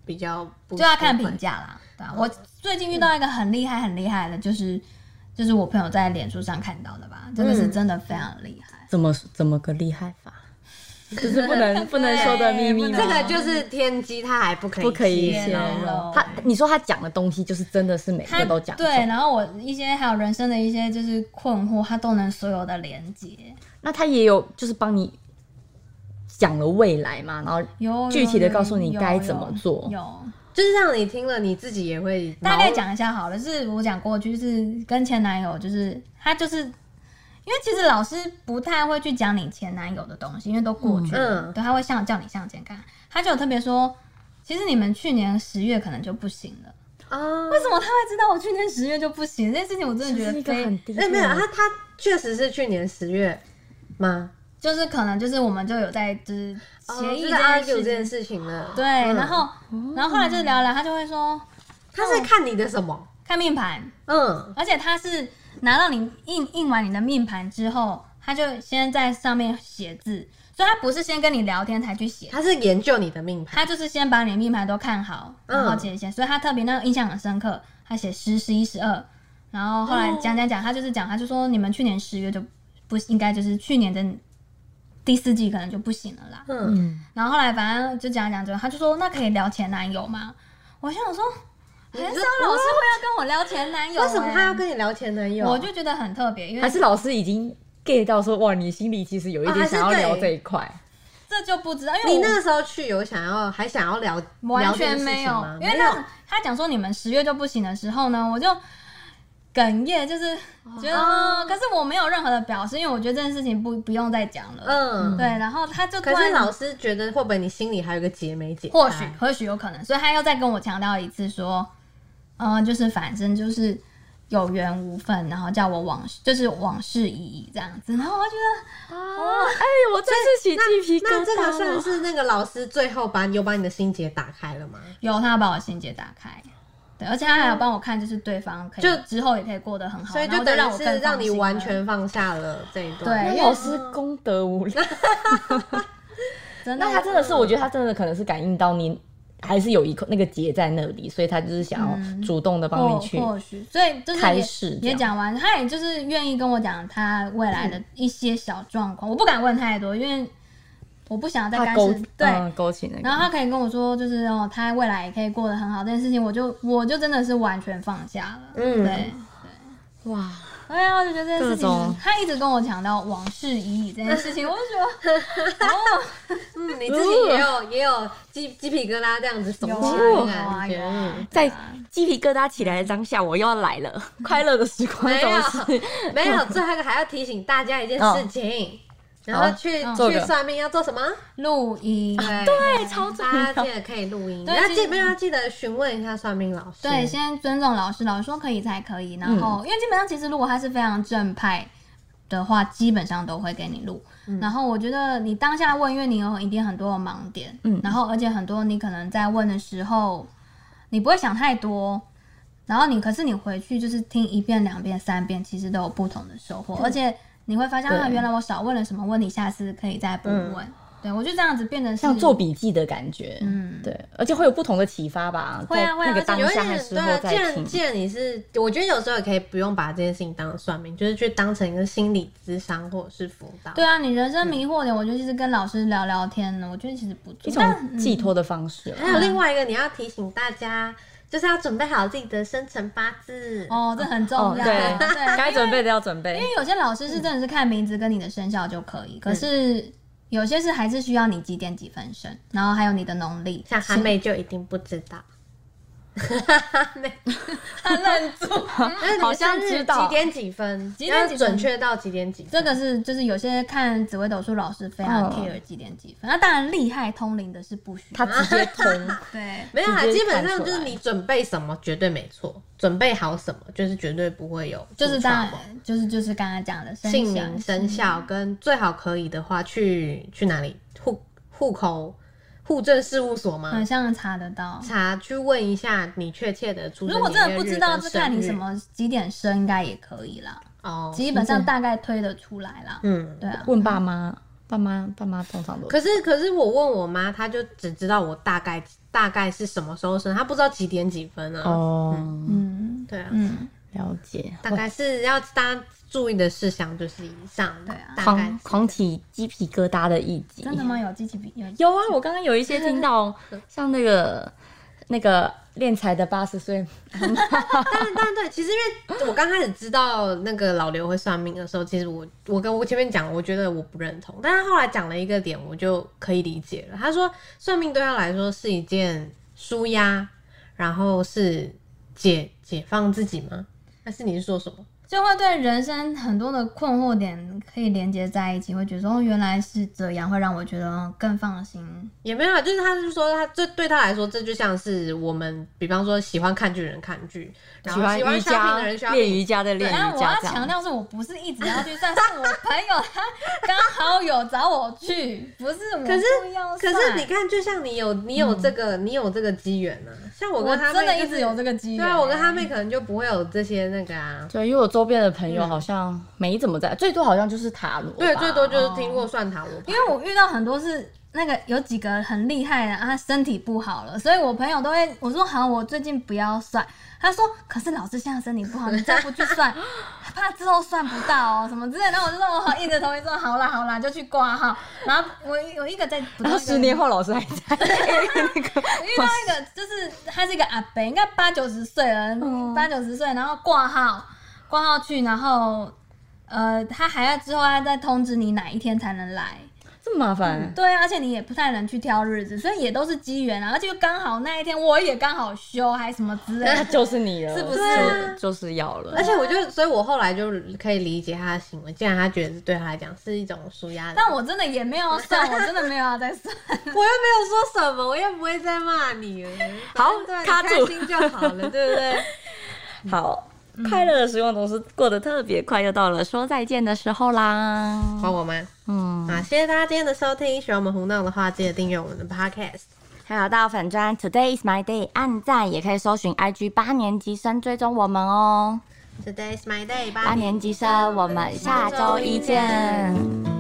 Speaker 1: 比较不
Speaker 3: 就要看
Speaker 1: 不会
Speaker 3: 评价啦。对啊，我最近遇到一个很厉害、很厉害的，就是就是我朋友在脸书上看到的吧，这个
Speaker 2: 嗯
Speaker 3: 是真的非常厉害。
Speaker 2: 怎么怎么个厉害法？就是不能不能说的秘密吗？
Speaker 1: 这
Speaker 3: 哦
Speaker 1: 个就是天机，它还不可以
Speaker 2: 不可以
Speaker 1: 泄
Speaker 2: 泄
Speaker 1: 露
Speaker 2: 露
Speaker 3: 露。
Speaker 2: 他你说他讲的东西，就是真的是每个都讲中。
Speaker 3: 对，然后我一些还有人生的一些就是困惑，他都能所有的连接，
Speaker 2: 那他也有就是帮你讲了未来嘛，然后
Speaker 3: 有有
Speaker 2: 具体地
Speaker 3: 有
Speaker 2: 告诉你
Speaker 3: 有
Speaker 2: 该
Speaker 3: 有
Speaker 2: 怎么做
Speaker 3: 有
Speaker 1: 就是让你听了你自己也会
Speaker 3: 大概
Speaker 1: 毛
Speaker 3: 讲一下好了，就是我讲过去，就是跟前男友，就是他就是，因为其实老师不太会去讲你前男友的东西，因为都过去了，
Speaker 1: 嗯
Speaker 3: 对，他会向叫你向前看，他就有特别说，其实你们去年十月可能就不行了，
Speaker 1: 啊，
Speaker 3: 为什么他会知道我去年十月就不行？这件事情我真的
Speaker 2: 这
Speaker 3: 觉
Speaker 1: 哎
Speaker 2: 是
Speaker 3: 得
Speaker 2: 一个
Speaker 3: 非
Speaker 2: 很低
Speaker 1: 那没有，
Speaker 2: 调的
Speaker 1: 他他确实是去年十月吗？
Speaker 3: 就是可能就是我们就有在就是协议
Speaker 1: 哦就是 argue 这
Speaker 3: 这件
Speaker 1: 件事
Speaker 3: 事情。
Speaker 1: 情了。
Speaker 3: 对，
Speaker 1: 嗯
Speaker 3: 然后然后后来就聊聊，他就会说
Speaker 1: 他是看你的什么？
Speaker 3: 看命盘，
Speaker 1: 嗯，
Speaker 3: 而且他是拿到你印印完你的命盘之后，他就先在上面写字，所以他不是先跟你聊天才去写，
Speaker 1: 他是研究你的命盘。
Speaker 3: 他就是先把你的命盘都看好，
Speaker 1: 嗯
Speaker 3: 然后写一写，所以他特别那个印象很深刻，他写十、十一、十二，然后后来
Speaker 1: 哦
Speaker 3: 讲讲讲，他就是讲，他就说你们去年十月就不应该就是去年的第四季可能就不行了啦，
Speaker 1: 嗯，
Speaker 2: 嗯，
Speaker 3: 然后后来反正就讲讲讲，他就说那可以聊前男友吗？我心想说，很
Speaker 1: 你
Speaker 3: 少
Speaker 1: 就
Speaker 3: 老师会要跟我聊前男友、
Speaker 1: 为什么他要
Speaker 3: 欸
Speaker 1: 跟你聊前男友？
Speaker 3: 我就觉得很特别，因
Speaker 2: 还
Speaker 3: 为
Speaker 2: 是老师已经 get 到说，哇，你心里其实有一
Speaker 1: 哦还
Speaker 2: 点
Speaker 1: 是
Speaker 2: 想要聊
Speaker 1: 对
Speaker 2: 这一块，
Speaker 3: 这就不知道，因为
Speaker 1: 你
Speaker 3: 我
Speaker 1: 那个时候去有想要还想要聊
Speaker 3: 完全没有
Speaker 1: 聊这，
Speaker 3: 因
Speaker 1: 件事情吗
Speaker 3: 为
Speaker 1: 没
Speaker 3: 那他讲说你们十月就不行的时候呢，我就哽咽，就是觉得，
Speaker 1: 哦
Speaker 3: 可是我没有任何的表示，因为我觉得这件事情不不用再讲了。
Speaker 1: 嗯，
Speaker 3: 对，然后他就突
Speaker 1: 可是
Speaker 3: 然
Speaker 1: 老师哎觉得会不会你心里还有一个结没解开？
Speaker 3: 或许或许有可能，所以他又再跟我强调一次说，嗯、就是反正就是有缘无分，然后叫我往事就是往事已矣这样子，然后我就觉
Speaker 2: 啊，哎，我真是起鸡皮疙瘩
Speaker 1: 哦那
Speaker 2: 啊
Speaker 1: 这个算
Speaker 3: 啊
Speaker 2: 了
Speaker 1: 是那个老师最后把有把你的心结打开了吗？
Speaker 3: 得有他把我心结打开。对，而且他还有帮我看，就是对方可以
Speaker 1: 就
Speaker 3: 之后也可以过得很好，
Speaker 1: 所以
Speaker 3: 然后
Speaker 1: 等
Speaker 3: 让我
Speaker 1: 于是
Speaker 3: 更
Speaker 1: 让你
Speaker 3: 放心
Speaker 1: 完
Speaker 3: 了
Speaker 1: 全放下了这一段。
Speaker 3: 对
Speaker 2: 那
Speaker 3: 因为
Speaker 2: 老师功德无量，
Speaker 3: 真的，
Speaker 2: 那他真的是，我觉得他真的可能是感应到你还是有一个那个结在那里，所以他就是想
Speaker 3: 嗯哦
Speaker 2: 要主动的帮
Speaker 3: 或
Speaker 2: 你去
Speaker 3: 或许，所以就是
Speaker 2: 开
Speaker 3: 也
Speaker 2: 始这
Speaker 3: 也
Speaker 2: 样
Speaker 3: 讲完，他也就是愿意跟我讲他未来的一些小状况，我不敢问太多，因为我不想要再
Speaker 2: 他
Speaker 3: 干
Speaker 2: 勾
Speaker 3: 涉。对，
Speaker 2: 嗯勾起那
Speaker 3: 然
Speaker 2: 个，
Speaker 3: 后他可以跟我说，就是哦，他未来也可以过得很好这件事情，我就我就真的是完全放下了。
Speaker 1: 嗯
Speaker 3: 对，
Speaker 2: 哇，
Speaker 3: 对啊，我就觉得这件事
Speaker 2: 各种
Speaker 3: 情，他一直跟我强调往事已矣这件事情，我就觉得哦，
Speaker 1: 嗯，你自己也有也有鸡鸡皮疙瘩这样子耸
Speaker 3: 有
Speaker 1: 起来
Speaker 3: 啊哦有
Speaker 1: 的
Speaker 3: 啊
Speaker 1: 感
Speaker 3: 有
Speaker 1: 觉。
Speaker 3: 啊
Speaker 1: 嗯，
Speaker 2: 在鸡皮疙瘩起来的当下，我又要来了，快乐的时光
Speaker 1: 没
Speaker 2: 总
Speaker 1: 有
Speaker 2: 是。
Speaker 1: 没有，最后一个还要提醒大家一件事情，然后去
Speaker 3: 哦好嗯啊
Speaker 2: 做
Speaker 1: 去
Speaker 2: 个
Speaker 1: 算命要做什么？
Speaker 3: 录音。
Speaker 1: 对，
Speaker 2: 超重
Speaker 1: 大家
Speaker 2: 要
Speaker 1: 记，得可以录音，
Speaker 3: 对
Speaker 1: 要
Speaker 3: 其
Speaker 1: 记
Speaker 3: 实
Speaker 1: 不要记得询问一下算命老师。
Speaker 3: 对，先尊重老师，老师说可以才可以。然
Speaker 1: 嗯
Speaker 3: 后，因为基本上其实如果他是非常正派的话，基本上都会给你录。
Speaker 1: 嗯
Speaker 3: 然后我觉得你当下问，因为你有一定很多的盲点，
Speaker 2: 嗯
Speaker 3: 然后而且很多你可能在问的时候，你不会想太多。然后你可是你回去就是听一遍、两遍、三遍，其实都有不同的收获，而且你会发现
Speaker 2: 对
Speaker 3: 啊，原来我少问了什么问题，下次可以再不
Speaker 1: 嗯
Speaker 3: 问。对我就这样子变成是
Speaker 2: 像做笔记的感觉，
Speaker 3: 嗯
Speaker 2: 对，而且会有不同的启发吧，
Speaker 3: 会啊
Speaker 2: 在
Speaker 3: 会啊
Speaker 2: 那个
Speaker 1: 有
Speaker 2: 当
Speaker 1: 一
Speaker 2: 下还
Speaker 1: 点
Speaker 2: 是
Speaker 1: 对
Speaker 2: 后
Speaker 1: 啊，既
Speaker 2: 再
Speaker 1: 然
Speaker 2: 听，
Speaker 1: 既然你是，我觉得有时候也可以不用把这件事情当成算命，就是去当成一个心理咨商或者是辅导。
Speaker 3: 对啊，你人生迷惑点，我觉得其实跟老师聊聊天呢，我觉得其实不错。
Speaker 2: 一
Speaker 3: 但
Speaker 2: 种寄托的方式啊。
Speaker 1: 还有另外一个，你要提醒大家，就是要准备好自己的生辰八字。
Speaker 3: 哦，这很重要。
Speaker 2: 哦，对，该准备的要准备
Speaker 3: 因。为有些老师是真的是看名字跟你的生肖就可以，可是有些是还是需要你几点几分生，然后还有你的农历。
Speaker 1: 像韩美就一定不知道，
Speaker 3: 愣住，
Speaker 1: 那你的
Speaker 2: 好像
Speaker 1: 生日
Speaker 2: 知道
Speaker 1: 几点几分，
Speaker 3: 几点几分
Speaker 1: 要准确到几点几分。
Speaker 3: 这个是就是有些看紫微斗数老师非常
Speaker 1: 嗯
Speaker 2: 哦
Speaker 3: care 几点几分，那当然厉害通灵的是不需
Speaker 2: 他
Speaker 3: 要。
Speaker 2: 直接通，
Speaker 3: 对，
Speaker 1: 没有啦，啊
Speaker 2: 直接
Speaker 1: 基本
Speaker 2: 看
Speaker 1: 上
Speaker 2: 出
Speaker 1: 就是
Speaker 2: 来
Speaker 1: 你准备什么绝对没错，准备好什么就是绝对不会有
Speaker 3: 就
Speaker 1: 出
Speaker 3: 是当
Speaker 1: trouble
Speaker 3: 然就是就是刚刚讲的生
Speaker 1: 姓
Speaker 3: 肖
Speaker 1: 名、生肖跟最好可以的话去去哪里户户口户政事务所吗
Speaker 3: 好？像查得到。
Speaker 1: 查去问一下你确切的出生
Speaker 3: 如果真的不知道，
Speaker 1: 是
Speaker 3: 是看你什么几点生，应该也可以啦。
Speaker 1: 哦。
Speaker 3: 基本上大概推得出来啦。
Speaker 1: 嗯，
Speaker 3: 对啊，
Speaker 2: 问爸妈，爸妈爸妈通常都
Speaker 1: 可是可是我问我妈，她就只知道我大概大概是什么时候生，她不知道几点几分啊。
Speaker 2: 哦，
Speaker 3: 嗯
Speaker 1: 对啊，
Speaker 3: 嗯，
Speaker 2: 了解。
Speaker 1: 大概是要大家注意的事项就是以上，
Speaker 3: 对啊
Speaker 1: 大概
Speaker 2: 狂狂起鸡皮疙瘩的一集，
Speaker 3: 真的吗？有机器比有
Speaker 2: 有啊，我刚刚有一些听到，像那个那个练财的八十岁，
Speaker 1: 但但对，其实因为我刚开始知道那个老刘会算命的时候，其实我我跟我前面讲，我觉得我不认同，但是后来讲了一个点，我就可以理解了。他说，算命对他来说是一件舒压，然后是解解放自己吗？还是你是说什么？
Speaker 3: 就会对人生很多的困惑点可以连接在一起，会觉得说哦，原来是这样，会让我觉得嗯更放心。
Speaker 1: 也没有啊，就是他是说他这对他来说，这就像是我们，比方说喜欢看剧的人看剧，然后喜欢
Speaker 2: 瑜
Speaker 1: shopping
Speaker 2: 伽
Speaker 1: 的人 shopping，
Speaker 2: 练瑜伽的练
Speaker 3: 但
Speaker 2: 瑜
Speaker 3: 我
Speaker 2: 伽
Speaker 3: 要
Speaker 2: 这
Speaker 3: 强
Speaker 2: 样。
Speaker 3: 调是我不是一直要去，但是我朋友他刚好有找我去，不是我
Speaker 1: 可是
Speaker 3: 故意要
Speaker 1: 可是
Speaker 3: 算
Speaker 1: 你看，就像你有你有这个、你有这个机缘呢，像我
Speaker 3: 我
Speaker 1: 跟他妹、
Speaker 3: 真的一直有这个机
Speaker 1: 对
Speaker 3: 缘、
Speaker 1: 啊，我跟他妹可能就不会有这些那个啊。
Speaker 2: 对，因为我周边的朋友好像没怎么在，最多好像就是塔罗吧，
Speaker 1: 对，最多就是听过算塔罗牌，
Speaker 3: 因为我遇到很多是那个有几个很厉害的，啊，他身体不好了，所以我朋友都会我说好，我最近不要算。他说：“可是老师现在身体不好，你再不去算，怕之后算不到哦，什么之类的。”然后我就说：“我好，硬着头皮说好啦好啦，就去挂号。”然后我有一个在，不
Speaker 2: 然后十年后老师还在那个
Speaker 3: 遇到一个就是他是一个阿伯，应该八九十岁了，
Speaker 2: 嗯
Speaker 3: 八九十岁，然后挂号挂号去，然后呃，他还要之后他再通知你哪一天才能来。
Speaker 2: 这么麻烦，
Speaker 3: 对啊，而且你也不太能去挑日子，所以也都是机缘啊。而且又刚好那一天我也刚好休，还什么之类
Speaker 2: 那
Speaker 3: 的。
Speaker 2: 就是你了，啊
Speaker 3: 是不是
Speaker 2: 就就是要了
Speaker 1: 而？且我就，所以我后来就可以理解他的行为，既然他觉得对他来讲是一种舒压的，
Speaker 3: 但我真的也没有要算，我真的没有要再算。
Speaker 1: 我又没有说什么，我又不会再骂你了。
Speaker 2: 好
Speaker 1: 反正对
Speaker 2: 卡
Speaker 1: 你
Speaker 2: 住
Speaker 1: 开心就好 了，对不对？
Speaker 2: 好，快乐的时光总是过得特别快，又到了说再见的时候啦。
Speaker 1: 还我吗？
Speaker 2: 嗯，
Speaker 1: 啊，谢谢大家今天的收听。喜欢我们胡闹的话，记得订阅我们的 podcast。
Speaker 2: 还有到粉专 Today is my day，按赞也可以搜寻 IG 八年级生追踪我们哦。
Speaker 1: Today's my day，
Speaker 2: 八年级生，我们下周一见。